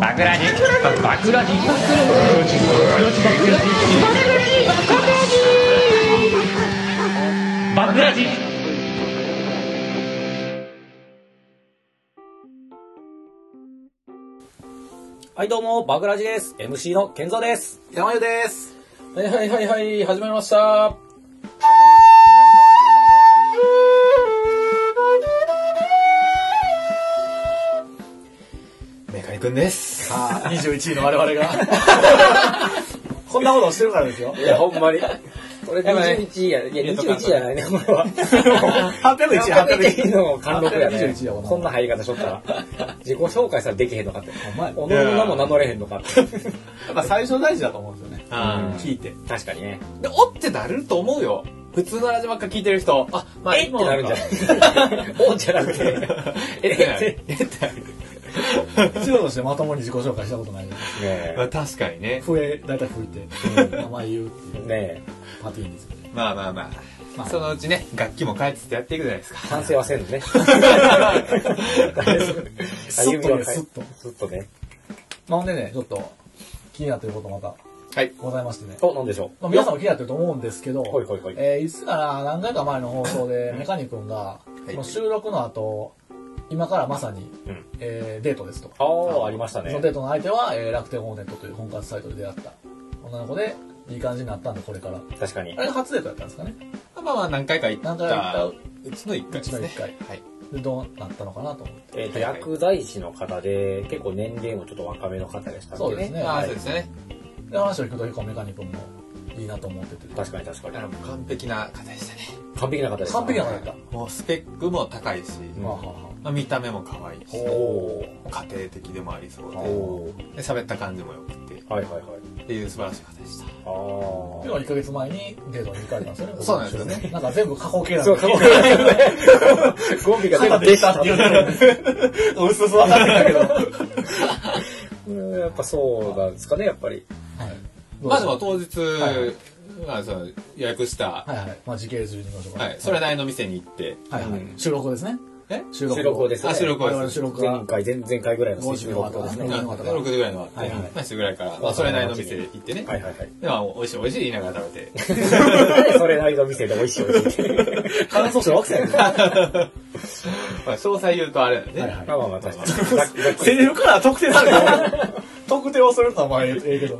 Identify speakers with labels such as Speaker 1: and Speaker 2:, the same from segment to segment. Speaker 1: バクラジバクラジバクラジ
Speaker 2: はい、どうも、バグラジです。MC の健三です。
Speaker 3: 山湯です。
Speaker 4: はいはいはいはい、始まりました。
Speaker 3: メカニくんです。
Speaker 4: 21位の我々が。
Speaker 3: こんなことをしてるからですよ。
Speaker 2: いや、ほんまに。これ
Speaker 4: やばい
Speaker 2: 21や。いや、21じゃないね、これ は。
Speaker 3: 801
Speaker 2: 801の貫禄やね
Speaker 4: 801やわ。な
Speaker 2: こんな入り方しと ったら。自己紹介さえできへんのかって。お
Speaker 4: 前
Speaker 2: 己の名も名乗れへんのかって。
Speaker 3: やっぱ最初大事だと思うんですよね。聞いて。
Speaker 2: 確かにね。
Speaker 3: で、おってなると思うよ。普通の味ばっか聞いてる人。あ、ま
Speaker 2: えってなるんじゃないおんじゃな くて。
Speaker 3: えってな
Speaker 2: ね
Speaker 3: る。えってなる。
Speaker 4: 一度としてまともに自己紹介したことない。
Speaker 2: え
Speaker 3: まあ確かにね。
Speaker 4: 笛、だいたい吹いて、名前言うっていう
Speaker 2: ねえ。
Speaker 4: パティーンですよね。
Speaker 3: まあまあま
Speaker 4: ま
Speaker 3: あ。
Speaker 4: あ
Speaker 3: そのうちね、楽器も変えつつやっていくじゃないですか。
Speaker 2: 反省はせん のね。
Speaker 4: すっとね、すっと。
Speaker 2: ずっとね。
Speaker 4: まあほんでね、ちょっと気になってることまた
Speaker 3: はい。
Speaker 4: ございましてね。
Speaker 2: お、なんでしょう。
Speaker 4: まあ、皆さんも気になってると思うんですけど、
Speaker 2: ほいほいほい。
Speaker 4: えー、いつかな、何回か前の放送でメカニ君が、
Speaker 3: い
Speaker 4: その収録の後、今からまさに、
Speaker 2: うん
Speaker 4: えーデートですと。
Speaker 2: ああ、ありましたね。
Speaker 4: そのデートの相手は、えー楽天ホーネットという婚活サイトで出会った女の子で、いい感じになったんで、これから。
Speaker 2: 確かに
Speaker 4: あ。れが初デートだったんですかね。
Speaker 3: まあまあ何回か行った。
Speaker 4: 何回か行っ
Speaker 3: うちの1回ですね。
Speaker 4: うちの一
Speaker 3: はい。
Speaker 4: で、どうなったのかなと思って。
Speaker 2: えっ、と、
Speaker 3: はいはい
Speaker 2: 薬剤師の方で、結構年齢もちょっと若めの方でしたっけ
Speaker 4: そうですね。
Speaker 3: ああ、
Speaker 4: は
Speaker 3: そうで
Speaker 4: い。
Speaker 3: すね。
Speaker 4: で、話を聞くと結構メカニ君もいいなと思ってて。
Speaker 2: 確かに確か
Speaker 3: だから
Speaker 2: に。
Speaker 3: もう完璧な方でしたね。
Speaker 2: 完璧な方でした。
Speaker 4: 完璧な方だった。は
Speaker 3: もうスペックも高いし、
Speaker 4: あはあは
Speaker 3: まあ見た目も可愛いし、
Speaker 2: おお
Speaker 3: 家庭的でもありそう
Speaker 2: ー。
Speaker 3: で。
Speaker 2: お
Speaker 3: で喋った感じも良くて
Speaker 2: ーはいはいはい。
Speaker 3: っていう素晴らしい方でした
Speaker 2: あ
Speaker 4: あ。
Speaker 2: あ。
Speaker 4: では1ヶ月前にデートに行かれたんですよね。
Speaker 3: そうなんですよね
Speaker 4: なんか全部過去形なん
Speaker 2: そう、
Speaker 4: で
Speaker 2: 過去形ですね。語尾が全部でしたっていう
Speaker 3: うすうす分かってたけど
Speaker 2: うんやっぱそうなんですかね、やっぱり。
Speaker 4: はい。
Speaker 3: まあでも
Speaker 4: は
Speaker 3: 当日、
Speaker 4: はい
Speaker 3: まあ、その予約した、
Speaker 4: いはい。まあ時系列順に行きましょうか。
Speaker 3: はいそれなりの店に行って、
Speaker 4: はいは
Speaker 2: う
Speaker 4: い
Speaker 2: ん。
Speaker 4: 収録後ですね。
Speaker 3: え
Speaker 4: 収録
Speaker 2: 収録後ですね。
Speaker 3: あ収録後
Speaker 4: 我々の収録
Speaker 2: 前
Speaker 4: が。
Speaker 2: 回、前々回ぐらいの
Speaker 4: 50の後ですね
Speaker 3: あ
Speaker 4: うん
Speaker 3: 6時ぐらいのあって、
Speaker 4: はいはい
Speaker 3: まあ7時ぐらいから、まあ、それなりの店行ってね、
Speaker 2: はいはいはい。
Speaker 3: でまあ美味しい美味しい言いながら食べて
Speaker 2: それなりの店で美味しいお店って。
Speaker 4: 感想者わけじゃないですか。
Speaker 3: まあ詳細言うとあれだよね、
Speaker 4: はいはい
Speaker 2: まあまあまあ、確かに。ざっざっくり
Speaker 4: セリフから特定された 特定をするのはまあええけど。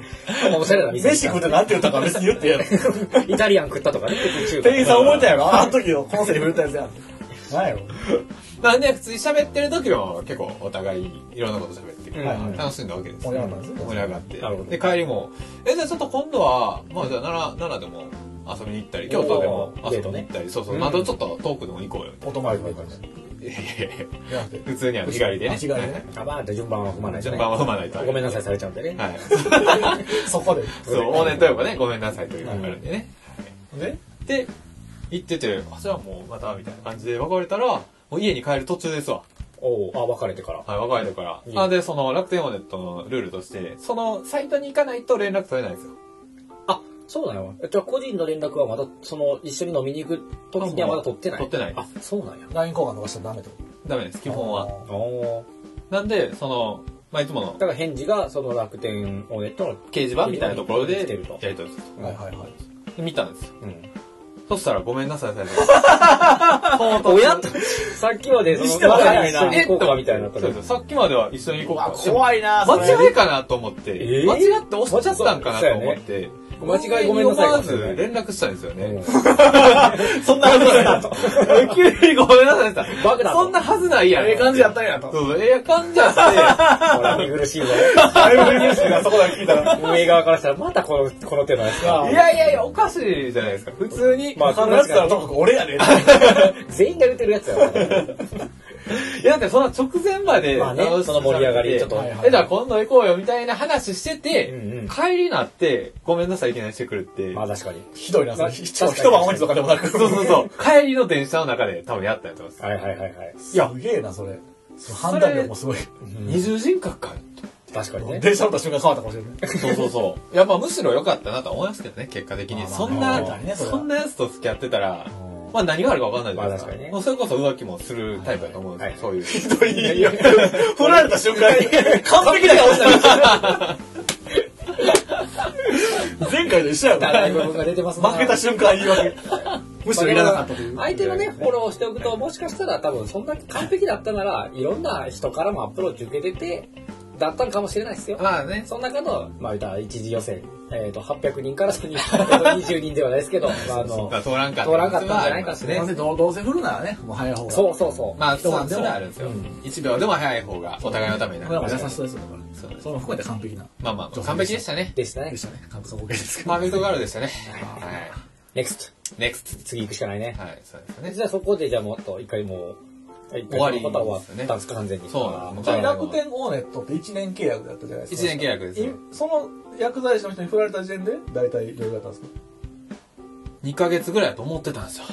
Speaker 2: まあおしゃれな店でし
Speaker 4: 飯食うってなんて言ったか別に言ってやろ。
Speaker 2: た。イタリアン食ったとかね、別に中華
Speaker 4: 店員さん覚えたやろあの時のコンセリフ言ったやつや。なんやろ
Speaker 3: まあね普通に喋ってる時も結構お互いいろんなこと喋ってくる、
Speaker 2: はいはい
Speaker 3: 楽しんだわけです
Speaker 4: 盛り上がったんです
Speaker 3: 盛り上がって
Speaker 2: なるほど
Speaker 3: で帰りも「えじゃあちょっと今度は、まあ、じゃあ奈良奈良でも遊びに行ったり京都でも遊びに行ったり、そうそう、
Speaker 2: うん
Speaker 3: まあ、ちょっと遠くでも行こうよ」みたい
Speaker 4: お泊まりとか言った
Speaker 3: ないやいやいや
Speaker 4: じゃなくて。
Speaker 3: 普通には日帰りでね
Speaker 4: あ日帰りでね。
Speaker 2: あ、まあ、順番は踏まないとね
Speaker 3: 順番は踏まないと
Speaker 2: ごめんなさい、されちゃうんでね。
Speaker 3: はい
Speaker 4: そこで。
Speaker 3: そう往年といえばねごめんなさいというのがあるんでね、
Speaker 4: で
Speaker 3: はいで行ってて「あじゃあもうまた」みたいな感じで別れたらもう家に帰る途中ですわ
Speaker 2: おうあ、別れてから。
Speaker 3: はい別れてか
Speaker 2: いい
Speaker 3: らあでその楽天オーネットのルールとしてそのサイトに行かないと連絡取れないんですよ
Speaker 2: あ、そうなのじゃあ個人の連絡はまだ、その、一緒に飲みに行く時にはまだ取ってない
Speaker 3: 取ってない
Speaker 2: あ、そうなんや。
Speaker 4: LINE 交換とかしたらダメってこ
Speaker 3: ダメです基
Speaker 4: と
Speaker 3: 本は
Speaker 4: は。
Speaker 2: おー
Speaker 3: なんで、その、まあ、いつもの
Speaker 2: だから返事が、その楽天をネットの、
Speaker 3: 掲示板みたいなところで、や
Speaker 2: 来
Speaker 3: り
Speaker 2: て
Speaker 3: 取
Speaker 2: る
Speaker 3: り
Speaker 2: と
Speaker 3: する
Speaker 4: はいはいはい。
Speaker 3: で見たんですよ。
Speaker 2: うん。
Speaker 3: そしたら、ごめんなさい、 最初。
Speaker 2: 親と、さっきまで、そ
Speaker 4: にし
Speaker 2: の、
Speaker 4: ては
Speaker 2: ま
Speaker 4: 早
Speaker 2: だ
Speaker 4: い
Speaker 2: 一
Speaker 4: な
Speaker 2: 緒に行こうか
Speaker 3: え
Speaker 2: みたいになった
Speaker 3: そ
Speaker 2: の
Speaker 3: う
Speaker 2: に
Speaker 3: そうさっきまでは一緒に行こうか。
Speaker 4: 怖いなそれ
Speaker 3: 間違いかなと思って、
Speaker 2: えー
Speaker 3: 間違って押しちゃったんかなと思って、
Speaker 2: そうそうやね間違いごめんなさい
Speaker 3: 思わず連絡したんですよ
Speaker 2: うん
Speaker 3: ね。
Speaker 4: そんなことだと。
Speaker 3: 急にごめんなさいって言
Speaker 2: バ
Speaker 3: った。
Speaker 2: カだと
Speaker 3: そんなはずないやん。
Speaker 4: ええ感じやったんやと。
Speaker 3: そうそう、ええ感じやって、
Speaker 2: ほら見苦しいぞ。
Speaker 4: だいぶ嬉しいな、そこだけ聞いたら。
Speaker 2: 上側からしたら、またこの、この手のやつが
Speaker 4: あ。
Speaker 3: いやいやいや、おかしいじゃないですか。普通に。
Speaker 2: まあ
Speaker 4: 必ずからともかく俺やで。
Speaker 2: 全員が言ってるやつやわ。
Speaker 3: いや、だってその直前まで、
Speaker 2: まあねその盛り上がりちょっと
Speaker 4: はいはい
Speaker 3: え、じゃあ今度行こうよみたいな話してて、
Speaker 2: うんうん
Speaker 3: 帰りになって、ごめんなさい、いきなりしてくるって。
Speaker 2: まあ確かに。
Speaker 4: ひどいな、それ。
Speaker 2: 確かに
Speaker 4: 一晩落ちとかでもなく。
Speaker 3: そうそうそう。帰りの電車の中で多分やったやと思います。
Speaker 2: はいはいはいはい。
Speaker 4: いや、すげえな、それ。その判断力もすごい。
Speaker 3: 二重人格かよ
Speaker 2: 確かにね。
Speaker 4: 電車乗った瞬間変わったかもしれない。
Speaker 3: そうそう そう。やっぱむしろ良かったなと思いますけどね、結果的に。
Speaker 4: まあまあ
Speaker 3: そん
Speaker 4: まあ
Speaker 3: な、
Speaker 4: 確かにねそれは
Speaker 3: そんなやつと付き合ってたら、まあ何があるか分かんないじゃないですか。
Speaker 2: まあ確かにね
Speaker 3: まあそれこそ浮気もするタイプだと思うんですよ、 そういう。
Speaker 2: いやいや
Speaker 3: 振られた瞬間に完璧だよ前回と一緒や
Speaker 2: 高い部分が出てますな
Speaker 3: 瞬間言い 訳。む
Speaker 2: まあ相手のね、フォローしておくと、もしかしたら多分、そんだけ完璧だったなら、いろんな人からもアプローチ受けてて、だったのかもしれないですよ。
Speaker 3: まあね。
Speaker 2: その中の、まあ言ったら一次予選、えっ、と、800人から3人、20人ではないですけど、まああの、
Speaker 3: 通らんかった。
Speaker 2: 通らんかったんじゃないかし
Speaker 4: どうせどうどうせ振るならねもう早い方が
Speaker 2: そうそうそう。
Speaker 3: まあ、
Speaker 4: 一晩
Speaker 3: そ
Speaker 4: で
Speaker 3: そ
Speaker 4: も
Speaker 3: れはあるんですよ
Speaker 2: うん。
Speaker 3: 1秒でも早い方がお互いのためにな
Speaker 4: だから
Speaker 3: る。
Speaker 4: 優しそうですよだから
Speaker 3: そう
Speaker 4: それも含めて完璧な
Speaker 3: まあまあまあ、完璧でしたね。
Speaker 2: でしたね
Speaker 4: で。したね完璧そこ OK ですけど
Speaker 3: パーフェクトガールでしたね。はい。
Speaker 2: NEXT。
Speaker 3: NEXT。
Speaker 2: 次行くしかないね。
Speaker 3: はい、そうです
Speaker 2: で
Speaker 3: ね。
Speaker 2: じゃあそこで、じゃあもっと一回もう、一
Speaker 3: 終
Speaker 2: 回
Speaker 3: わり
Speaker 2: このことは終わったんですか、完全に。
Speaker 3: そうなんです
Speaker 4: じゃあ楽天オーネットって1年契約だったじゃないですか
Speaker 3: 一年契約ですね
Speaker 4: いその薬剤師の人に振られた時点で大体どれぐらいだったんですか
Speaker 3: 2ヶ月ぐらいだと思ってたんですよ。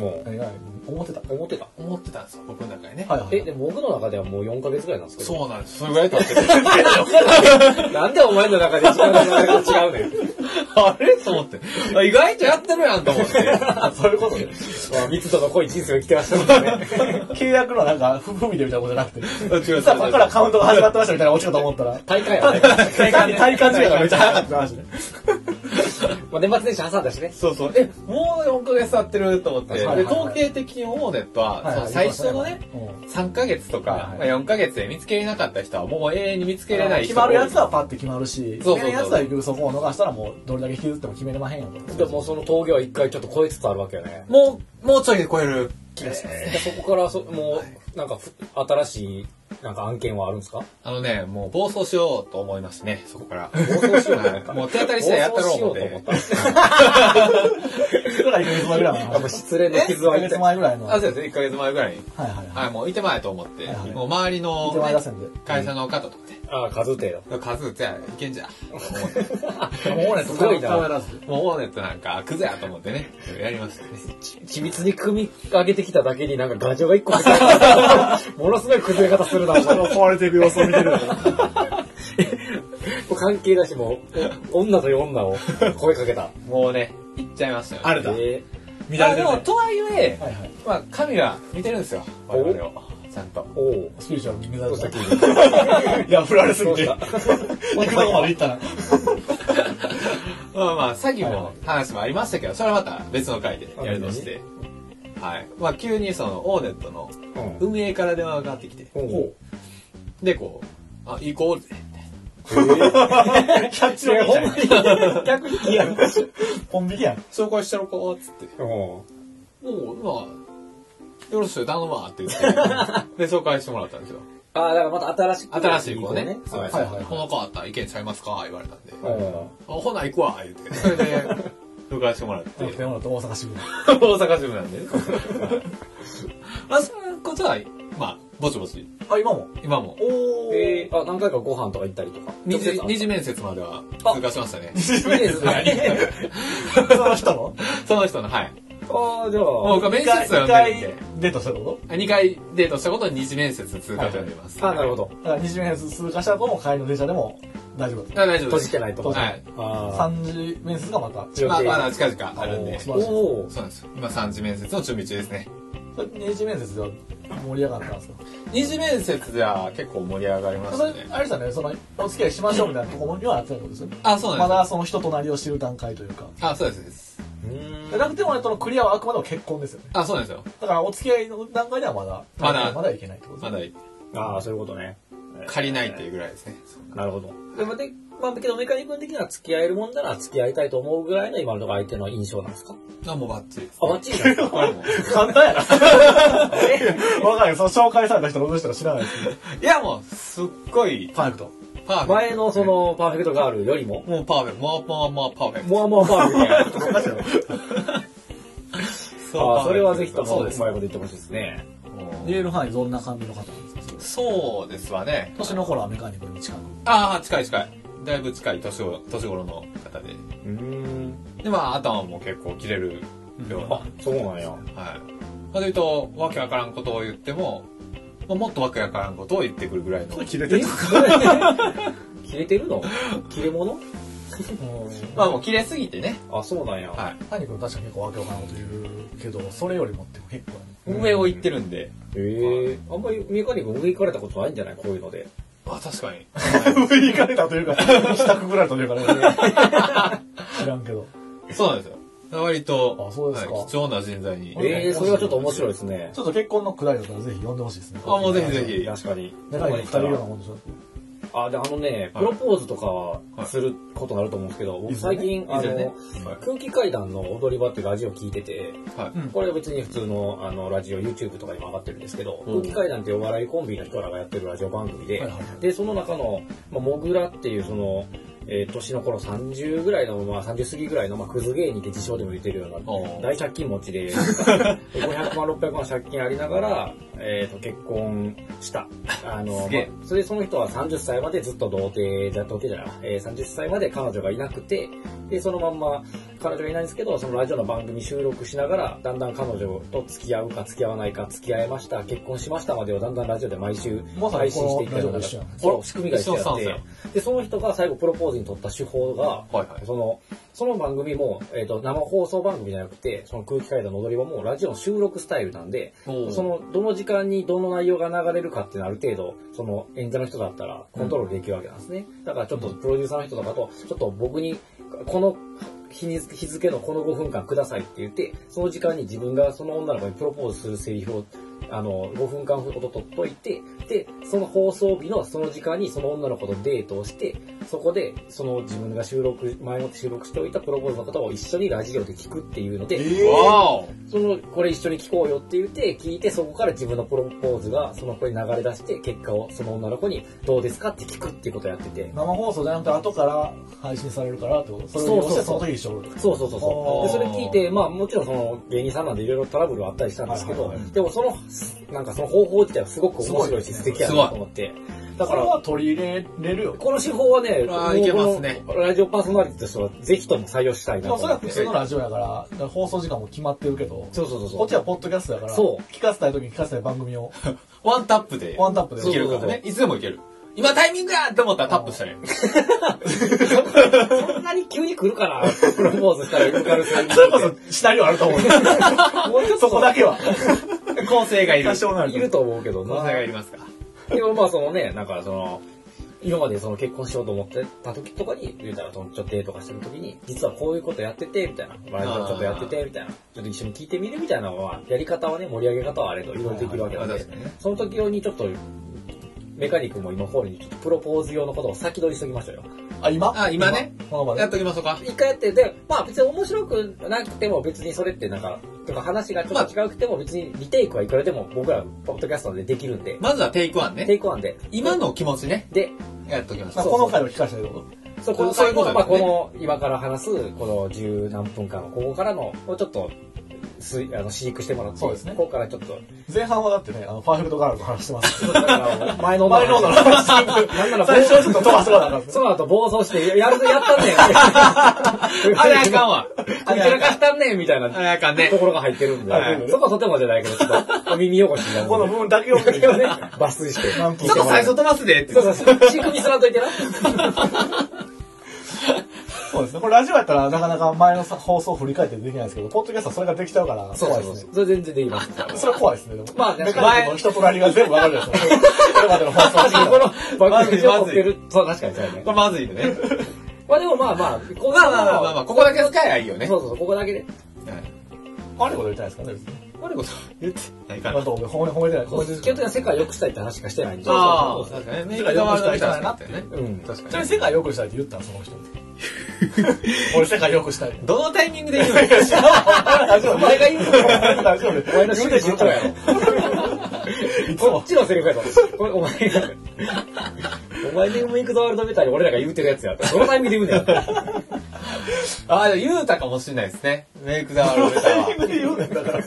Speaker 2: も
Speaker 4: 何が思ってた
Speaker 2: う、思ってた。
Speaker 3: 思ってたんですよ、僕の中でね。
Speaker 4: はいはい
Speaker 2: え、でも僕の中ではもう4ヶ月ぐらいなんですけど。
Speaker 3: そうなんです。それぐらい経ってて。
Speaker 2: なんでお前の中で時間が違うねん。
Speaker 3: あれと思って。あ意外とやってるやんと思って。
Speaker 2: そういうことね。まあ、密度の濃い人生を生きてましたもんね。
Speaker 4: 契約のなんか不不備でみたいなことじゃなくて
Speaker 3: 違う違う
Speaker 4: さあここからカウントが始まってましたみたいな落ちかと思ったら
Speaker 2: 大会はね。
Speaker 4: 単に体感時間がめっちゃ早かった話ね
Speaker 2: まあ、年末年始挟んだしね。
Speaker 3: そうそう。え、もう4ヶ月経ってると思って。
Speaker 4: は
Speaker 3: で
Speaker 4: いはい、はい
Speaker 3: 統計的にオーネット は、その最初のね、3ヶ月と
Speaker 4: は
Speaker 3: か、
Speaker 4: い
Speaker 3: ま
Speaker 4: は
Speaker 3: あ
Speaker 4: い
Speaker 3: 4ヶ月で見つけれなかった人はもう永遠に見つけれない人
Speaker 4: 決まるやつはパッて決まるし
Speaker 3: そうそうそう
Speaker 4: 決めるやつは結局そこを逃したらもうどれだけ引きずっても決めれまへんよ
Speaker 2: で
Speaker 4: と
Speaker 2: も、その峠は一回ちょっと超えつつあるわけよね。
Speaker 3: もう、もうちょいで超える気がします。
Speaker 2: でそこからそ、もう、なんかふ、新しい、なんか案件はあるんですか
Speaker 3: あのね、もう暴走しようと思いましたね、そこから。
Speaker 2: 暴走しようと思った
Speaker 3: もう手当たり次第やったろう思っ
Speaker 2: 暴
Speaker 3: て
Speaker 2: 走しようと。思った。
Speaker 4: それが1ヶ月前ぐらいの
Speaker 2: やっぱ
Speaker 4: 話
Speaker 2: 失恋の傷は
Speaker 4: 1ヶ
Speaker 2: 痛
Speaker 4: 月
Speaker 2: い。
Speaker 4: 前ぐらいのは
Speaker 3: あ、
Speaker 4: い
Speaker 3: そうですね、1ヶ月前ぐらいに。
Speaker 4: はいは
Speaker 3: はい、もういてまえと思って、
Speaker 4: はいはい
Speaker 3: もう周り
Speaker 4: い
Speaker 3: の
Speaker 4: 手前打
Speaker 3: ね、
Speaker 4: 線で
Speaker 3: 会社の方とかね、
Speaker 2: ああ、数手だ。
Speaker 3: 数打つや、いけんじゃん。と思って
Speaker 4: でもオーネット
Speaker 2: すごいな
Speaker 4: 顔やらず
Speaker 3: もうオーネットなんかクズやと思ってね、やりましたね。
Speaker 2: 緻密に組み上げてきただけになんかガジョが一個崩れた。 ものすごい崩れ方するな、 お前も
Speaker 4: 壊れていく様子を見てる
Speaker 2: う関係だし、もう、お女という女を声かけた。
Speaker 3: もうね、行っちゃいましたよ、ね。
Speaker 4: れだ
Speaker 2: え
Speaker 3: まあでも、とはいえ、
Speaker 4: はいはい
Speaker 3: まあ神は見てるんですよ、我々を。ちゃんと。
Speaker 2: ー、おう。
Speaker 4: スピリチュアルに目
Speaker 2: どう
Speaker 4: 指
Speaker 2: した
Speaker 4: し
Speaker 2: 急
Speaker 4: て
Speaker 2: に。
Speaker 4: いや振られすぎて
Speaker 2: ど
Speaker 4: 行
Speaker 2: う
Speaker 4: く
Speaker 2: し
Speaker 4: とこまで行ったな
Speaker 3: まあまあ、詐欺も話もありましたけど、それはまた別の回でやるとして。はい。まあ急にその、オーネットの
Speaker 2: たうん。
Speaker 3: 運営から電話がかかってきて、
Speaker 2: おう。
Speaker 3: で、こう、あ、行こ うぜ。
Speaker 4: キャッチ
Speaker 2: いや、
Speaker 4: の
Speaker 2: ほんまに、逆に嫌な。
Speaker 4: コンビニやん
Speaker 3: 紹介してろか、つって。
Speaker 2: お
Speaker 3: おう、まあ、よろしく頼むわ、って言 って。で、紹介してもらったんですよ。
Speaker 2: ああ、だからまた新しく。
Speaker 3: 新しい子ね。
Speaker 2: そう
Speaker 3: はい
Speaker 4: はいはいはい
Speaker 3: この子あったら意見ちゃいますか言われたんで。
Speaker 2: おう
Speaker 3: あほな行くわ、言って。それで、 紹介してもらって。
Speaker 4: 手元と大阪支部
Speaker 3: 大阪支部なんで。 まあ、そういうことは、まあ、ぼちぼち、
Speaker 4: あ今も
Speaker 3: 今 も。
Speaker 4: お
Speaker 2: えー、あ、何回かご飯とか行ったりとか。
Speaker 3: 二次
Speaker 2: 直接会った
Speaker 3: 二次面接までは通過しましたね。
Speaker 2: いいですね。
Speaker 4: その人の
Speaker 3: その人の、はい。
Speaker 2: ああ、じゃあ。
Speaker 3: もう僕は面接は読んでるん
Speaker 4: 一回
Speaker 3: で。
Speaker 4: デートしたってこと
Speaker 3: 2回デートしたことに二次面接通過と呼んでます。
Speaker 2: あなるほど。
Speaker 4: だから20面接通過した後も帰りの電車でも大丈夫だ
Speaker 3: あ大丈夫
Speaker 2: 閉
Speaker 3: で
Speaker 2: じ
Speaker 3: す。
Speaker 2: てないと。
Speaker 3: はい。
Speaker 2: あ
Speaker 4: 3次面接がまた
Speaker 2: ー
Speaker 3: まあ、まだ近々あるんで。
Speaker 4: 素
Speaker 3: そ
Speaker 4: 晴らしい
Speaker 2: おお
Speaker 3: う。なんですよ。今3次面接の準備中ですね。
Speaker 4: それ二次面接では盛り上がったんですか
Speaker 3: 二次面接では結構盛り上がりまし
Speaker 4: そ
Speaker 3: た
Speaker 4: れ
Speaker 3: ね。
Speaker 4: あれですよねそのお付き合いしましょうみたいなところにはなってないことですよね
Speaker 3: あ、そうな
Speaker 4: ま
Speaker 3: んで
Speaker 4: だその人となりを知る段階というか
Speaker 3: す。あ、そうですそうです。
Speaker 2: うーん
Speaker 4: 楽天俺とのクリアはあくまでも結婚ですよね
Speaker 3: あ、そうなんですよ。
Speaker 4: だからお付き合いの段階ではまだ
Speaker 3: まだ
Speaker 4: まだいけないってこと
Speaker 3: まだ
Speaker 2: ああ、そういうことね。
Speaker 3: 借りないっていうぐらいですね。
Speaker 2: なるほど。でも、で、まあ、けど、メカニ君的には付き合えるもんなら付き合いたいと思うぐらいの今のところ相手の印象なんですか
Speaker 3: あ、もうバッチリです
Speaker 2: あ、。バッチリなんですか
Speaker 3: これも
Speaker 4: です簡単やなわかるその紹介された人のどの人か知らないですけど
Speaker 3: いや、もう、すっごい、
Speaker 4: パーフェクト
Speaker 3: パーフェクト。
Speaker 2: 前のそ、の、パーフェクトガールよりも、
Speaker 3: もうパーフェクト。もう、もう、もう、パーフェクト。
Speaker 2: もうもうパーフェクト。
Speaker 3: う
Speaker 2: ああ、それはぜひとも、
Speaker 3: そうう
Speaker 2: まい
Speaker 3: です。
Speaker 2: こと言ってほしいですね。
Speaker 4: 言える範囲どんな感じの方なんですか
Speaker 3: そうですわね。
Speaker 4: 年の頃はメカニックに近く
Speaker 3: ああ、近い近い。だいぶ近い年頃年頃の方で。
Speaker 2: うーん。
Speaker 3: で、まあ、頭も結構切れるような。
Speaker 2: あ、そうなんや。
Speaker 3: はい。まあ、言うと、わけわからんことを言っても、まあ、もっとわけわからんことを言ってくるぐらいの。
Speaker 4: 切れ
Speaker 2: え切れてるの切れ者
Speaker 3: まあもう切れすぎてね。
Speaker 2: あ、そうなんや。
Speaker 3: は
Speaker 4: 谷君確かに結構わけわからんこと言うけど、それよりもって結 構
Speaker 3: い。上を行ってるんで。
Speaker 2: へえ。あんまりメカニック上行かれたことないんじゃないこういうので。
Speaker 3: あ、確かに。
Speaker 4: 上に行かれたというか、支度ぐらいと いうかね。知らんけど。
Speaker 3: そうなんですよ。割と、
Speaker 4: あそうですか
Speaker 3: はい貴重な人材に。
Speaker 4: うん
Speaker 2: ええ、それはちょっと面白いですね
Speaker 4: ち。ょっと結婚のくだりだったらぜひ呼んでほしいですね。
Speaker 3: あ、もうぜひぜひ。
Speaker 2: 確かに。
Speaker 4: 中に二人いるようなもんでしょ。
Speaker 2: あ、で、あのね、
Speaker 3: は
Speaker 2: プ
Speaker 3: い
Speaker 2: ロポーズとかすることがあると思うんですけど、僕最近、あ
Speaker 3: 以前
Speaker 2: の
Speaker 3: ね、はい
Speaker 2: 空気階段の踊り場っていうラジオ聞いてて、
Speaker 3: はい
Speaker 4: うん
Speaker 2: これは別に普通のあのラジオ、YouTube とかにも上がってるんですけど、
Speaker 3: うん
Speaker 2: 空気階段っていうお笑いコンビの人らがやってるラジオ番組で、
Speaker 4: はいはい
Speaker 2: で、その中の、まあ、モグラっていうその、えー年の頃30ぐらいの、まあ、30過ぎぐらいの、まあ、クズ芸人って自称でも言ってるような
Speaker 3: おー
Speaker 2: 大借金持 ちで、500万、600万借金ありながら、えっ、と、結婚した。あの、
Speaker 3: すげえ
Speaker 2: まあそれでその人は30歳までずっと童貞じゃ、童貞じゃない、えー、30歳まで彼女がいなくて、で、そのまんま彼女がいないんですけど、そのラジオの番組収録しながら、だんだん彼女と付き合うか付き合わないか、付き合いました、結婚しましたまでをだんだんラジオで毎週
Speaker 4: まさ
Speaker 2: 配
Speaker 4: にこ
Speaker 2: 信してい
Speaker 4: の
Speaker 2: った
Speaker 4: ラジ
Speaker 2: よ
Speaker 4: オ
Speaker 2: う
Speaker 4: と一緒や
Speaker 2: な
Speaker 4: ん。
Speaker 2: そう、仕組みが一緒
Speaker 3: 一緒そうなんです
Speaker 2: や
Speaker 3: よ
Speaker 2: って、で、その人が最後プロポーズに取った手法が、
Speaker 3: はいはい
Speaker 2: その、その番組も、えっ、と、生放送番組じゃなくて、その空気階段の踊り場もラジオの収録スタイルなんで、
Speaker 3: おー
Speaker 2: その、どの時間にどの内容が流れるかっていうのはある程度、その演者の人だったらコントロールできるわけなんですね。だからちょっとプロデューサーの人とかと、ちょっと僕に、この日に日付のこの5分間くださいって言って、その時間に自分がその女の子にプロポーズするセリフを、あの、5分間ほど取っといて、で、その放送日のその時間にその女の子とデートをして、そこで、その自分が収録、前もって収録しておいたプロポーズのことを一緒にラジオで聞くっていうので、
Speaker 3: わお
Speaker 2: その、これ一緒に聞こうよって言って、聞いて、そこから自分のプロポーズがその子に流れ出して、結果をその女の子にどうですかって聞くっていうことをやってて。
Speaker 4: 生放送じゃなくて後から配信されるからってことそれを利用してその時一緒
Speaker 2: そうそうそうそう。で、それ
Speaker 3: あー
Speaker 2: 聞いて、まあもちろんその芸人さんなんでいろいろトラブルはあったりしたんですけど
Speaker 4: はいはいは、
Speaker 2: でもその、なんかその方法自体はすごく面白いし
Speaker 4: す
Speaker 2: 素
Speaker 4: ごい
Speaker 2: 敵やなと思って。だ
Speaker 4: だか
Speaker 2: からら、
Speaker 4: は取り入れれるよ。
Speaker 2: この手法はね、
Speaker 3: あー
Speaker 2: もう
Speaker 3: いけますね
Speaker 2: このラジオパーソナリティとしてはぜひとも採用したいな
Speaker 4: で
Speaker 2: と
Speaker 4: もそれ
Speaker 2: 思
Speaker 4: は
Speaker 2: って
Speaker 4: 普。通のラジオやから、だから放送時間も決まってるけど、
Speaker 2: そうそうそうそう。
Speaker 4: こっちはポッドキャストだから、
Speaker 2: そう
Speaker 4: 聞かせたい時に聞かせたい番組を、
Speaker 3: ワンタップで。
Speaker 4: ワンタップで
Speaker 3: いけるからね。いつでもいける。今タイミングやって思ったらタップしたね。
Speaker 2: そんなに急に来るかな、プロポーズしたらよくあるそ
Speaker 4: それこそシナリオあると思う。そこだけは。
Speaker 3: 構成がいる。
Speaker 4: 多
Speaker 3: 構成
Speaker 4: 少なる
Speaker 2: いると思うけどな。
Speaker 3: がいりますか。
Speaker 2: でもまあそのね、なんかその、今までその結婚しようと思ってた時とかに、言うたらそのちょっとデートかしてる時に、実はこういうことやってて、みたいな。バラエティーちょっとやってて、みたいな。ちょっと一緒に聞いてみるみたいなのは、やり方はね、盛り上げ方はあれといろいろできるわけなん
Speaker 3: はい
Speaker 2: で
Speaker 3: はいはい確かにね、
Speaker 2: その時用にちょっと、メカニックも今ホールにちょっとプロポーズ用のことを先取りしときましたよ。
Speaker 4: あ、今
Speaker 3: あ、今ね。
Speaker 4: 今ま
Speaker 3: やっ
Speaker 4: で。
Speaker 3: ときましょうか。
Speaker 2: 一回やって、で、まあ別に面白くなくても別にそれってなんか、とか話がちょっと違くても別にリテイクはいくらでも僕らポッドキャストでできるんで、
Speaker 3: まずはテイクワン
Speaker 2: テ
Speaker 3: ね。
Speaker 2: イクワンで。
Speaker 3: 今の気持ちね。
Speaker 2: で、
Speaker 3: やっときまし
Speaker 4: ま
Speaker 3: ょ
Speaker 4: あ
Speaker 3: う。
Speaker 4: この回を聞かせたいってこ
Speaker 2: そこの
Speaker 3: そうい
Speaker 2: 最
Speaker 3: うこ
Speaker 2: 後
Speaker 3: と
Speaker 2: は、
Speaker 3: だ
Speaker 2: まあ、
Speaker 3: よね
Speaker 2: この今から話すこの十何分間のここからのをちょっとすあの飼育してもらって
Speaker 4: そうですね
Speaker 2: ここからちょ っと
Speaker 4: と前半はだってね、あの、パーフェクトガールの話してます。
Speaker 2: 前の
Speaker 4: 前の方の話
Speaker 2: なんなら
Speaker 4: 最初はちょっと飛ばすことなかった。
Speaker 2: その後暴走してやるやったんねん
Speaker 3: あれあかんわ。
Speaker 2: あちらかしたんねんみたいな
Speaker 3: あれあかんね
Speaker 2: と。ころが入ってるんで、
Speaker 3: はい
Speaker 2: そこはとてもじゃないけどちょっとお耳汚しになるんで
Speaker 4: この部分だけを聞いて
Speaker 2: をね
Speaker 4: ね。
Speaker 2: 抜粋して
Speaker 4: 何分
Speaker 3: ちょっと最初飛ばすでって
Speaker 2: そう。そ うそう飼育にすらんといてな
Speaker 4: そうですね。これラジオやったらなかなか前のさ放送を振り返ってできないですけど、ポッドキャストはそれができちゃうから、
Speaker 2: そう
Speaker 4: 怖い
Speaker 2: そ
Speaker 4: で
Speaker 2: う
Speaker 4: す
Speaker 2: そ
Speaker 4: ね
Speaker 2: う。それ全然できます
Speaker 4: それ怖いですね。でも
Speaker 2: まあね
Speaker 4: メカニックの人となりが全部わかるじゃ ないですか。これまでの放送時間
Speaker 2: この番組を持ってるそう確かにそうやね
Speaker 3: これまずいよね。
Speaker 2: まあでもまあまあ、ここ
Speaker 3: まあまあまあまあまあ、ここだけ使えばいいよね。
Speaker 2: そ
Speaker 3: は
Speaker 2: うそうそう、ここだけで。
Speaker 3: い
Speaker 4: 悪いこと言ってないですからね、別に。
Speaker 3: 悪いこと言ってないか
Speaker 4: まあ、
Speaker 3: な。
Speaker 4: どうも褒め褒めてない。
Speaker 2: 基
Speaker 4: 褒
Speaker 2: 本
Speaker 4: めて
Speaker 2: 的
Speaker 4: ない。
Speaker 2: には世界を良くしたいって話しかしてないんで。
Speaker 3: ああ、
Speaker 2: そうそう
Speaker 3: 確かにね。
Speaker 4: 世界良くしたいな
Speaker 3: なってね。
Speaker 2: そううん。
Speaker 3: 確
Speaker 4: そ
Speaker 3: か
Speaker 4: れ
Speaker 3: に。
Speaker 4: 世界良くしたいって言ったのその人に。俺世界良くしたい。
Speaker 3: どのタイミングで言うの
Speaker 4: 大丈夫
Speaker 2: お前が言うの
Speaker 4: 大丈夫
Speaker 2: お前の趣
Speaker 4: 言
Speaker 2: 味
Speaker 4: う
Speaker 2: 言
Speaker 4: て
Speaker 2: っ
Speaker 4: く
Speaker 2: た
Speaker 4: れ
Speaker 2: やろ。
Speaker 4: いつ
Speaker 2: こ
Speaker 4: も
Speaker 2: っ。ちのセリフやと。これお前が。お前でも行くぞワールドベターに俺らが言うてるやつやと。そのタイミングで言うんだよ。
Speaker 3: ああ、でも言うたかもしれないですね。メイクザワールドベターは。
Speaker 4: 言うねんだ から。
Speaker 3: い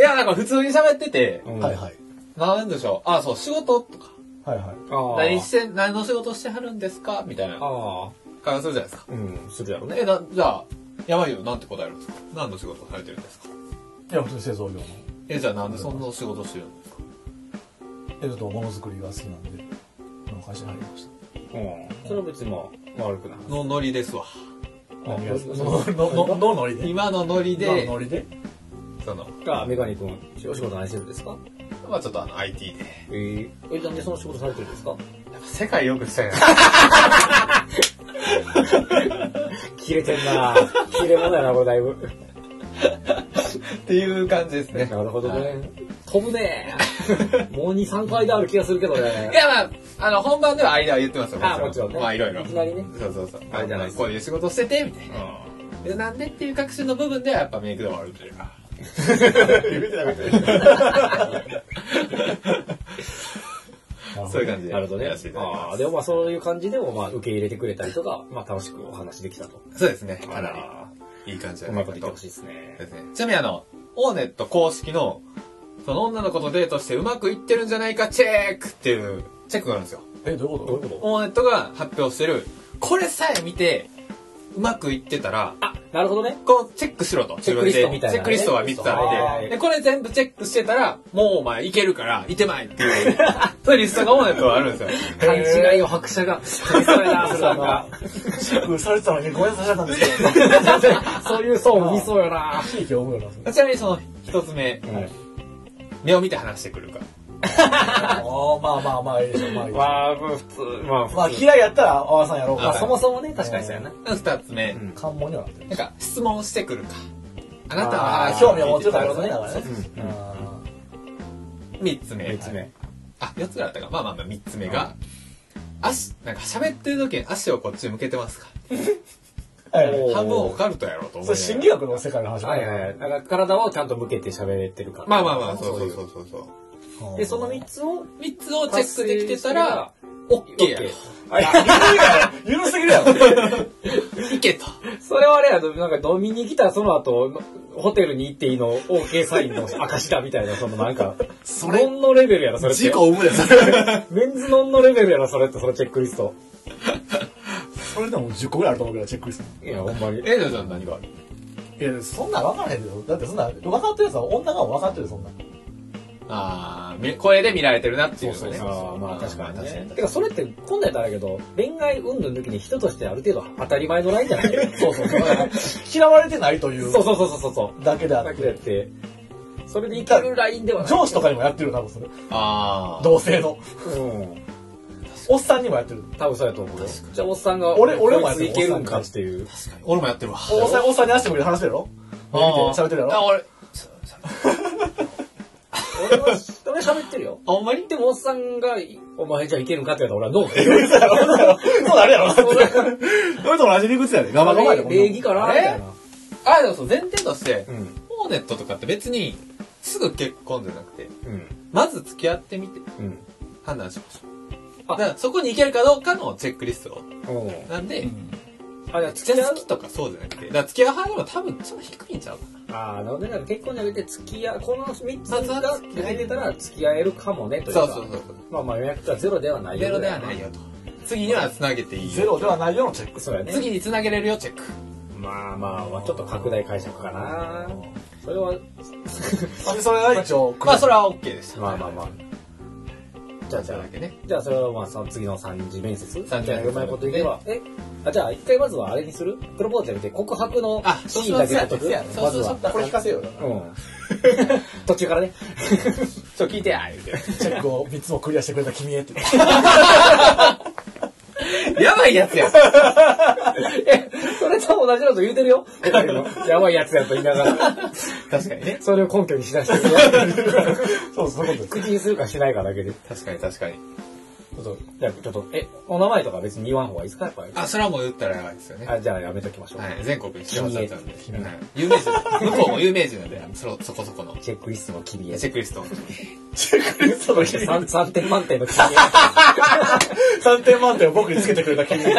Speaker 3: や、なんか普通に喋ってて、
Speaker 2: うん
Speaker 4: はいはい。
Speaker 3: なんでしょう。あ、そう、仕事とか。
Speaker 4: はいはい。
Speaker 2: ああ。
Speaker 3: 何して、何の仕事してはるんですかみたいな
Speaker 2: ああ。
Speaker 3: 会話するじゃないですか。
Speaker 2: うん、するやろね。
Speaker 3: え、な、じゃあ、やばいよ、なんて答えるんですか何の仕事されてるんですか
Speaker 4: いや、普通に製造業の。
Speaker 3: え、じゃあなんでそんな仕事してるんですか
Speaker 4: えっと、ものづくりが好きなんで、この会社に入りまし
Speaker 2: うん。それは別にまあ、悪くない。
Speaker 3: のノリですわ。
Speaker 2: 何がですか
Speaker 4: の、の、 の、のノリで。
Speaker 3: 今のノリ
Speaker 4: の
Speaker 3: で、
Speaker 4: ノリで。
Speaker 3: その、
Speaker 2: が、メガニ君、お仕事何してるんですか
Speaker 3: まあちょっとあの IT で。
Speaker 2: えー、え、なんでその仕事されてるんですか
Speaker 3: やっぱ世界よくしたいな。
Speaker 2: 切れてん な切れ者やな、これだいぶ。
Speaker 3: っていう感じですね。
Speaker 2: なるほどね。飛ぶねもう2、3回である気がするけど
Speaker 3: い
Speaker 2: ね。
Speaker 3: やまあ、あの、本番では間は言ってますよ。
Speaker 2: あもちろんね
Speaker 3: まあいろいろ。
Speaker 2: いきなりね。
Speaker 3: そうそうそう。
Speaker 2: あれじゃないです
Speaker 3: こういう仕事をしてて、みたいな。で、なんでっていう確信の部分ではやっぱメイクでもあるというか。そういう感じで。
Speaker 2: なるほどね
Speaker 3: やらせてい。ただきます
Speaker 2: ああー、でもまあそういう感じでもまあ受け入れてくれたりとか、まあ楽しくお話できたと。
Speaker 3: そうですね。か
Speaker 2: あ
Speaker 3: なりいい感じ
Speaker 2: う
Speaker 3: だ
Speaker 2: まい
Speaker 3: な
Speaker 2: ことと言ってほしいですね
Speaker 3: で。すね。ちなみにあの、オーネット公式の、その女の子とデートしてうまくいってるんじゃないかチェックっていうチェックがあるんですよ。
Speaker 4: え、どういう
Speaker 2: どう
Speaker 4: こ
Speaker 2: いうこ
Speaker 3: オーネットが発表してる、これさえ見て、うまくいってたら、
Speaker 2: となるほどね。
Speaker 3: こうチェックしろと。
Speaker 2: チェックリストみたいなね
Speaker 3: チェックリストは見てた
Speaker 2: はい
Speaker 3: ん
Speaker 2: はいは
Speaker 3: で。
Speaker 2: い
Speaker 3: で、これ全部チェックしてたら、もうお前いけるから、いてまいっていう。 そういうリストがオーネットはあるんですよ。
Speaker 2: 勘違いを拍車が。そうやな、それなんか。
Speaker 4: とチェックされてたのにごめんなさいなん ですけど。
Speaker 2: そういう層も見そうよな。
Speaker 4: いい恐怖よな、それ。
Speaker 3: ちなみにその一つ目、目を見て話してくるか。
Speaker 4: ああ、まあまあまあ、いいでしょう、まあいいでしょう
Speaker 2: まあ、普通、まあ、
Speaker 4: まあ、嫌いやったら、あわさんやろう
Speaker 2: まあ、
Speaker 4: か。
Speaker 2: そもそもね、確かにそうやな。
Speaker 3: 二つ目、
Speaker 2: ん
Speaker 4: 関門にはなってる
Speaker 3: なん。か質問してくるか。あなた
Speaker 4: あ
Speaker 3: は
Speaker 4: ー興味を持ってるからね、だ
Speaker 3: だ
Speaker 4: か
Speaker 3: からら
Speaker 4: ね
Speaker 3: ね。
Speaker 2: うん
Speaker 3: 三つ目。
Speaker 2: 三つ目。
Speaker 3: あ、四つだったか。まあまあまあ、三つ目が、足、なんか喋ってる時に足をこっちに向けてますか。
Speaker 4: はい
Speaker 2: おー
Speaker 3: 半分オカルトやろと思いながら
Speaker 4: それ心理学の世界の話
Speaker 2: はいはいはい。だから体をちゃんと向けて喋れてるから。
Speaker 3: まあまあまあ、そうそうそうそうそう。
Speaker 4: うん
Speaker 2: で、その3つを、
Speaker 3: 三つをチェックできてたら、、OK や。
Speaker 4: 緩すぎるやろ。
Speaker 3: いけと。
Speaker 2: それはあれやと、なんか飲みに来たらその後、ホテルに行っていいの OK サインの証だみたいな、そのなんか、
Speaker 3: そ
Speaker 2: ノンのレベルやろ、それって。
Speaker 3: 生むやつ。
Speaker 2: メンズノンのレベルやろ、それって、そのチェックリスト。
Speaker 4: それでも10個ぐらいあると思うけど、チェックリスト。
Speaker 2: いや、ほんまに。
Speaker 3: え、じゃあ何がある
Speaker 4: いや、そんなん分からへんけど。だってそんなん、分かってるやつは女が分かってるよ、そんなん。
Speaker 3: あー、み声で見られてるなっていうのね。
Speaker 2: あーまあ確かに
Speaker 3: 確か
Speaker 2: ね
Speaker 3: に。。
Speaker 2: てかそれって、今度やったらあれやけど、恋愛運動抜きに人としてある程度当たり前のラインじゃない
Speaker 4: そうそうそう。だから嫌われてないとい
Speaker 2: そう
Speaker 4: う
Speaker 2: そうそうそうそうそう。
Speaker 4: だけであ
Speaker 2: だ
Speaker 4: っ。
Speaker 2: けでやってて、それでいけるラインではない。
Speaker 4: 上司とかにもやってるよ、多分それ。
Speaker 3: あー。
Speaker 4: 同性の。
Speaker 2: うん。
Speaker 4: おっさんにもやってる。
Speaker 2: 多分そうやと思うよ。じゃあ、おっさんが、
Speaker 4: 俺俺も
Speaker 2: こ
Speaker 4: やっ
Speaker 2: いつ
Speaker 4: てる
Speaker 2: いけるんかっていう。
Speaker 3: 確かに。俺もやってるわ。
Speaker 4: おっさん、おっさんに足してくれて話してるやろ
Speaker 3: あ
Speaker 4: 見
Speaker 3: ー
Speaker 4: て、喋ってるや
Speaker 3: あ、
Speaker 4: ろ
Speaker 3: 俺、
Speaker 2: 俺は、俺喋ってるよ。
Speaker 3: あ、ほんまに
Speaker 2: でも、おっさんが、お前じゃあいけるんかって言われたら、 俺はノーだよ。
Speaker 4: そうなるやろそれと同じ理屈やで。生々やで。こんなもん
Speaker 2: 礼儀かなみたいな。
Speaker 3: あ、でもそう、前提として、
Speaker 2: うん。
Speaker 3: オーネットとかって別に、すぐ結婚じゃなくて、
Speaker 2: うん。
Speaker 3: まず付き合ってみて、
Speaker 2: うん。
Speaker 3: 判断しましょう。
Speaker 2: あ
Speaker 3: だからそこに行けるかどうかのチェックリスト
Speaker 2: おう
Speaker 3: なんで、
Speaker 2: あ、じゃあ、
Speaker 3: 付き
Speaker 2: 付き
Speaker 3: 合
Speaker 2: 合
Speaker 3: う好きとかそうじゃなくて、だから付き合う派でも多分ちょっと低いんちゃうかな。
Speaker 2: う。ああ、なるほどね。だから結婚じゃなくて、付き合う。この3つ
Speaker 3: まずは
Speaker 2: が
Speaker 3: 付き合える
Speaker 2: 入れたら、付き合えるかもね、というか。
Speaker 3: そうそうそうそう。
Speaker 2: まあまあ、予約はゼロではないよ
Speaker 3: ゼロではないよと。次には繋げていい
Speaker 4: ゼ
Speaker 3: よ。
Speaker 4: ロではないよのチェック。
Speaker 2: そうやね。
Speaker 3: 次に繋げれるよ、チェック。
Speaker 2: まあまあまあ、ちょっと拡大解釈かな。それは、
Speaker 4: あでそれが一応、
Speaker 3: まあそれは OK でした。
Speaker 2: まあまあまあ。じゃあじ
Speaker 3: じゃ
Speaker 2: ゃ
Speaker 3: あ
Speaker 2: あ
Speaker 3: だ、けね。
Speaker 2: じゃあそれはまあその次の三次面接
Speaker 3: 三次面接
Speaker 2: うまいこといけば。えあ、じゃあ一回まずはあれにするプロポーズじゃなくて告白の
Speaker 3: あ
Speaker 2: シーンだけ撮っとく
Speaker 3: そうそうそう
Speaker 2: まずは。
Speaker 4: これ聞かせようよ。
Speaker 2: うん。 途中からね。
Speaker 3: ちょ、聞いてや、言う
Speaker 4: チェックを3つもクリアしてくれた君へって。
Speaker 3: て。やばいやつや。
Speaker 2: え、それと同じこと言うてるよ。やばいやつやと言いながら。
Speaker 3: 確かにね。
Speaker 2: それを根拠にしだしてる。
Speaker 4: そうそう、そういうことです。
Speaker 2: 口にするかしないかだけで。
Speaker 3: 確かに確かに。
Speaker 2: ちょっと、じゃあちょっと、え、お名前とか別に言わん方がいいですかやっぱり。
Speaker 3: あ、それはもう言ったらやばいですよね。
Speaker 2: あ、じゃあやめときましょう。
Speaker 3: はい。全国に知らされたんで。
Speaker 2: 君へ
Speaker 3: はい有名人。向こうも有名人なんで、そのそこそこの。
Speaker 2: チェックリストの君へ。
Speaker 3: チェックリスト。
Speaker 4: その君
Speaker 2: 三三点満点の君へ。
Speaker 4: 3点満点を僕につけてくれた君へ。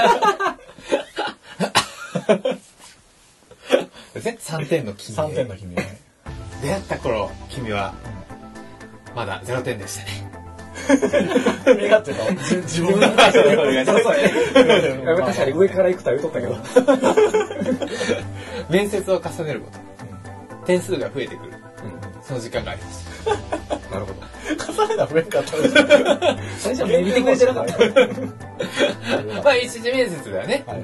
Speaker 3: 全3点の君へ。
Speaker 4: 3点の君へ。
Speaker 3: 出会った頃、君は、まだ0点でしたね。
Speaker 4: 目がってた。自分が。
Speaker 2: 確かに上から行くとは言うとったけど。
Speaker 3: 面接を重ねること、点数が増えてくる、その時間がありまし
Speaker 2: なるほど。
Speaker 4: 重ねな増えんかった です
Speaker 2: 最初は見てくれてなかった。
Speaker 3: まあ、一次面接ではね、
Speaker 2: はい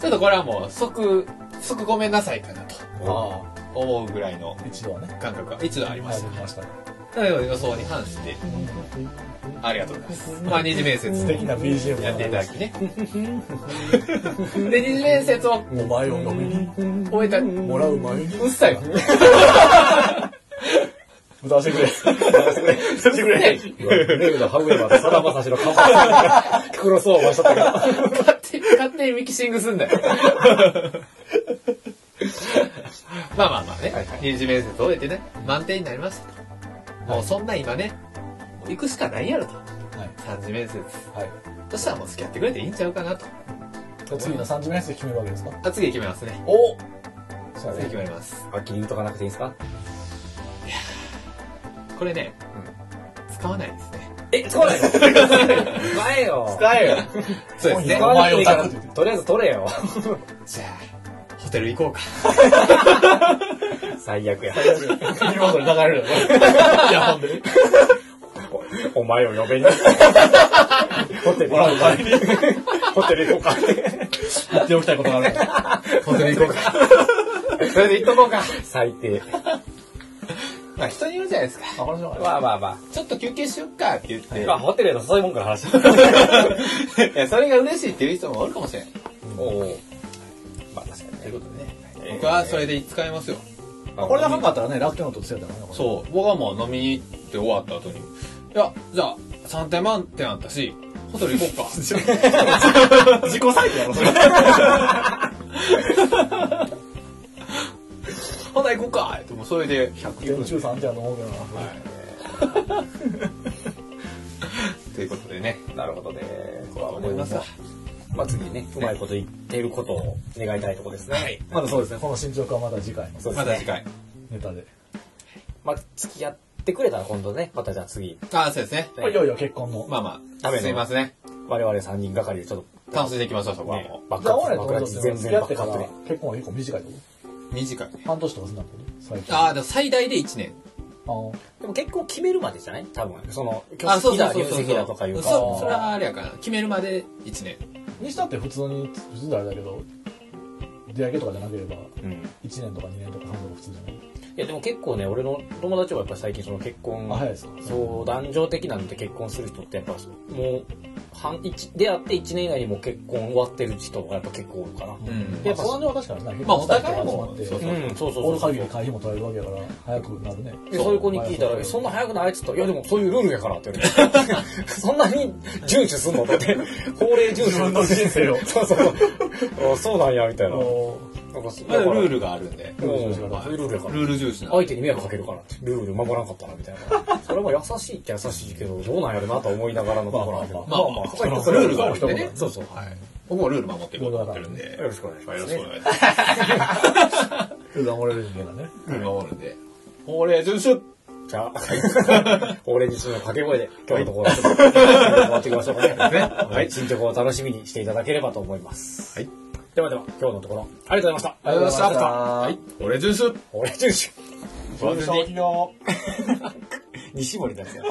Speaker 3: ちょっとこれはもう即、即ごめんなさいかなと
Speaker 4: ああ
Speaker 3: 思うぐらいの
Speaker 4: 一度はね
Speaker 3: 感覚が一度ありま
Speaker 4: はい
Speaker 3: し
Speaker 4: で
Speaker 3: た。
Speaker 4: きましたね
Speaker 3: だけど予想に反して、ありがとうございます。まあ、二次面接
Speaker 4: 素敵な BGM
Speaker 3: やっていただき ね。で、二次面接を
Speaker 4: お前を飲みに
Speaker 3: 終えた、
Speaker 4: もらう前に
Speaker 3: うっさいわ。
Speaker 4: 歌わせてくれ歌わせてくれ歌わせてくれ
Speaker 2: レベルハウエバーとさだまさしのカバー。黒そうはしちゃったけど。
Speaker 3: 勝手に、勝手にミキシングすんなよ。まあまあまあね、二次面接終えてね、満点になりましたと。もうそんな今ね、もう行くしかないやろと。
Speaker 4: はい
Speaker 3: 三次面接。
Speaker 4: はい
Speaker 3: そしたらもう付き合ってくれていいんちゃうかなと。
Speaker 4: じゃあ次の3次面接決めるわけですか
Speaker 3: あ、次決めますね。
Speaker 4: お
Speaker 2: そ
Speaker 3: 次
Speaker 2: うね
Speaker 3: 決。めます。
Speaker 2: はっきり言うとかなくていいんですか
Speaker 3: これね、使わないですね。
Speaker 2: え、使わないの前よ。
Speaker 3: 使えよ。そうですね
Speaker 2: 使。わなくていいから、とりあえず取れよ。
Speaker 3: じゃあ、ホテル行こうか。
Speaker 2: 最悪や。
Speaker 4: 今それ流れるよね いやほんでに
Speaker 2: お前を呼べに。ホテル
Speaker 4: もらう前に
Speaker 2: ホテル行こうか。
Speaker 4: 言っておきたいことがある
Speaker 3: ホテル行こうか。 それで行っとこうか。
Speaker 2: 最低。
Speaker 3: まあ人によるじゃないですか。
Speaker 4: あこれじゃない
Speaker 2: まあまあま
Speaker 3: ちょっと休憩しよっかって言って。
Speaker 2: あ。あ、ホテルやとそういうもんから話。
Speaker 3: いや、それが嬉しいっていう人もおるかもしれない。
Speaker 2: おお。まあ確かに
Speaker 3: ということでね。
Speaker 2: えー
Speaker 3: 僕はそれで使えますよ。
Speaker 2: まあ
Speaker 4: これな
Speaker 2: ま
Speaker 4: かったらね楽天のと強いだろうねこれ
Speaker 3: そう。僕はもう飲みに行って終わった後に。いや、じゃあ、3点満点あったし、ホテル行 こう
Speaker 4: 自己採点やろそれ
Speaker 3: か。ほな行こうかって、もうそれで100
Speaker 4: 点中3点やと思うけどな
Speaker 3: ということでね。
Speaker 2: あなるほどね。
Speaker 3: 僕は思いますわ。
Speaker 2: まあ次ね、うまいこと言ってることを願いたいとこですね。
Speaker 3: はい。
Speaker 4: まだそうですねこの進捗はまだ次回の
Speaker 2: そうで
Speaker 3: ますた
Speaker 2: ね
Speaker 3: 次。回。
Speaker 4: ネタで
Speaker 2: まあ、付き合ってくれたら今度ね、またじゃあ次、
Speaker 3: ああ、そうですね。
Speaker 2: はい
Speaker 4: いよいよ結婚の
Speaker 3: まあまま
Speaker 2: ダメ
Speaker 3: あ、
Speaker 2: だ
Speaker 3: すいませんね。
Speaker 2: 我々3人がかりでちょっ
Speaker 3: 楽しんでいきましょう、そ
Speaker 2: と、
Speaker 3: こは
Speaker 2: ね
Speaker 3: も、
Speaker 2: 爆
Speaker 4: じゃあ俺
Speaker 2: 発、
Speaker 4: と
Speaker 2: 爆
Speaker 4: 俺と
Speaker 2: 発、
Speaker 4: 付
Speaker 2: 全
Speaker 4: き合
Speaker 2: 然
Speaker 4: って
Speaker 2: 爆
Speaker 4: から
Speaker 2: 発で。
Speaker 4: 結婚は結構短いってこ
Speaker 3: う。短い。
Speaker 4: と半年とかすんだってね最近
Speaker 3: ああ、でも最大で1年。
Speaker 4: あの
Speaker 2: でも結構決めるまでじゃない多分、その、
Speaker 3: あ、そうそう
Speaker 2: 挙
Speaker 3: そうそ
Speaker 2: 式だ入
Speaker 3: う。
Speaker 2: 籍だとかいうか。
Speaker 3: そそれはあれやから、決めるまで1年。
Speaker 4: にしたって普通に普通であれだけど出会い系とかじゃなければ
Speaker 2: うん。い
Speaker 4: 1年とか2年とか半年普通じゃない
Speaker 2: やでも結構ね、俺の友達はやっぱ最近その結婚
Speaker 4: あ、早いですか
Speaker 2: そう、男女的なんで結婚する人ってやっぱ、もう、半、一、出会って1年以内にもう結婚終わってる人がやっぱ結構多いかな。
Speaker 3: うん
Speaker 4: やっぱそのは確かにね
Speaker 3: まあお互いも
Speaker 4: 結
Speaker 3: そ
Speaker 4: 婚
Speaker 3: う
Speaker 4: した
Speaker 3: そ
Speaker 4: りとか集まって
Speaker 2: うん、そうそう
Speaker 4: オー
Speaker 2: そ
Speaker 4: ル会
Speaker 2: うそう。
Speaker 4: 議で会費も取れるわけやから早くなるね
Speaker 2: でそういう子に聞いたら、えそんな早くないっつったら、いやでもそういうルールやからって言われて そんなに遵守すんのだって、法令遵守。
Speaker 4: 自分の人生を
Speaker 2: そうそう。あそうなんや、みたいな。なん
Speaker 4: も
Speaker 2: かそ
Speaker 3: まあ、でもルー
Speaker 2: ル。
Speaker 3: ルがあるんで。
Speaker 2: うん
Speaker 4: ルール
Speaker 2: まあそういうルールやから。
Speaker 3: ルール重視なの
Speaker 2: 相手に迷惑かけるからって、ルール守らなかったな、みたいな。それも優しいっちゃ優しいけど、どうなんやろなと思いながらのところだけど。
Speaker 4: ま
Speaker 3: まあまあ、そのルールがあるんでね。
Speaker 2: そうそう。
Speaker 3: はい。僕もルール守ってると思ってるんで。
Speaker 2: よろしくお願いします
Speaker 3: よろしくお願いします。
Speaker 4: う守れる人間だね
Speaker 3: ルール守るんで。法令遵守
Speaker 2: じゃあ、 俺自身の掛け声で、今日のところはちょっと、終わっていきましょうかね。はい。進捗を楽しみにしていただければと思います。
Speaker 3: はい。
Speaker 2: ではでは、今日のところ、ありがとうございました。
Speaker 4: ありがとうございました
Speaker 3: はい。法令遵守
Speaker 2: 俺中止。
Speaker 3: 忘れて
Speaker 4: 業
Speaker 2: 西森ですよ。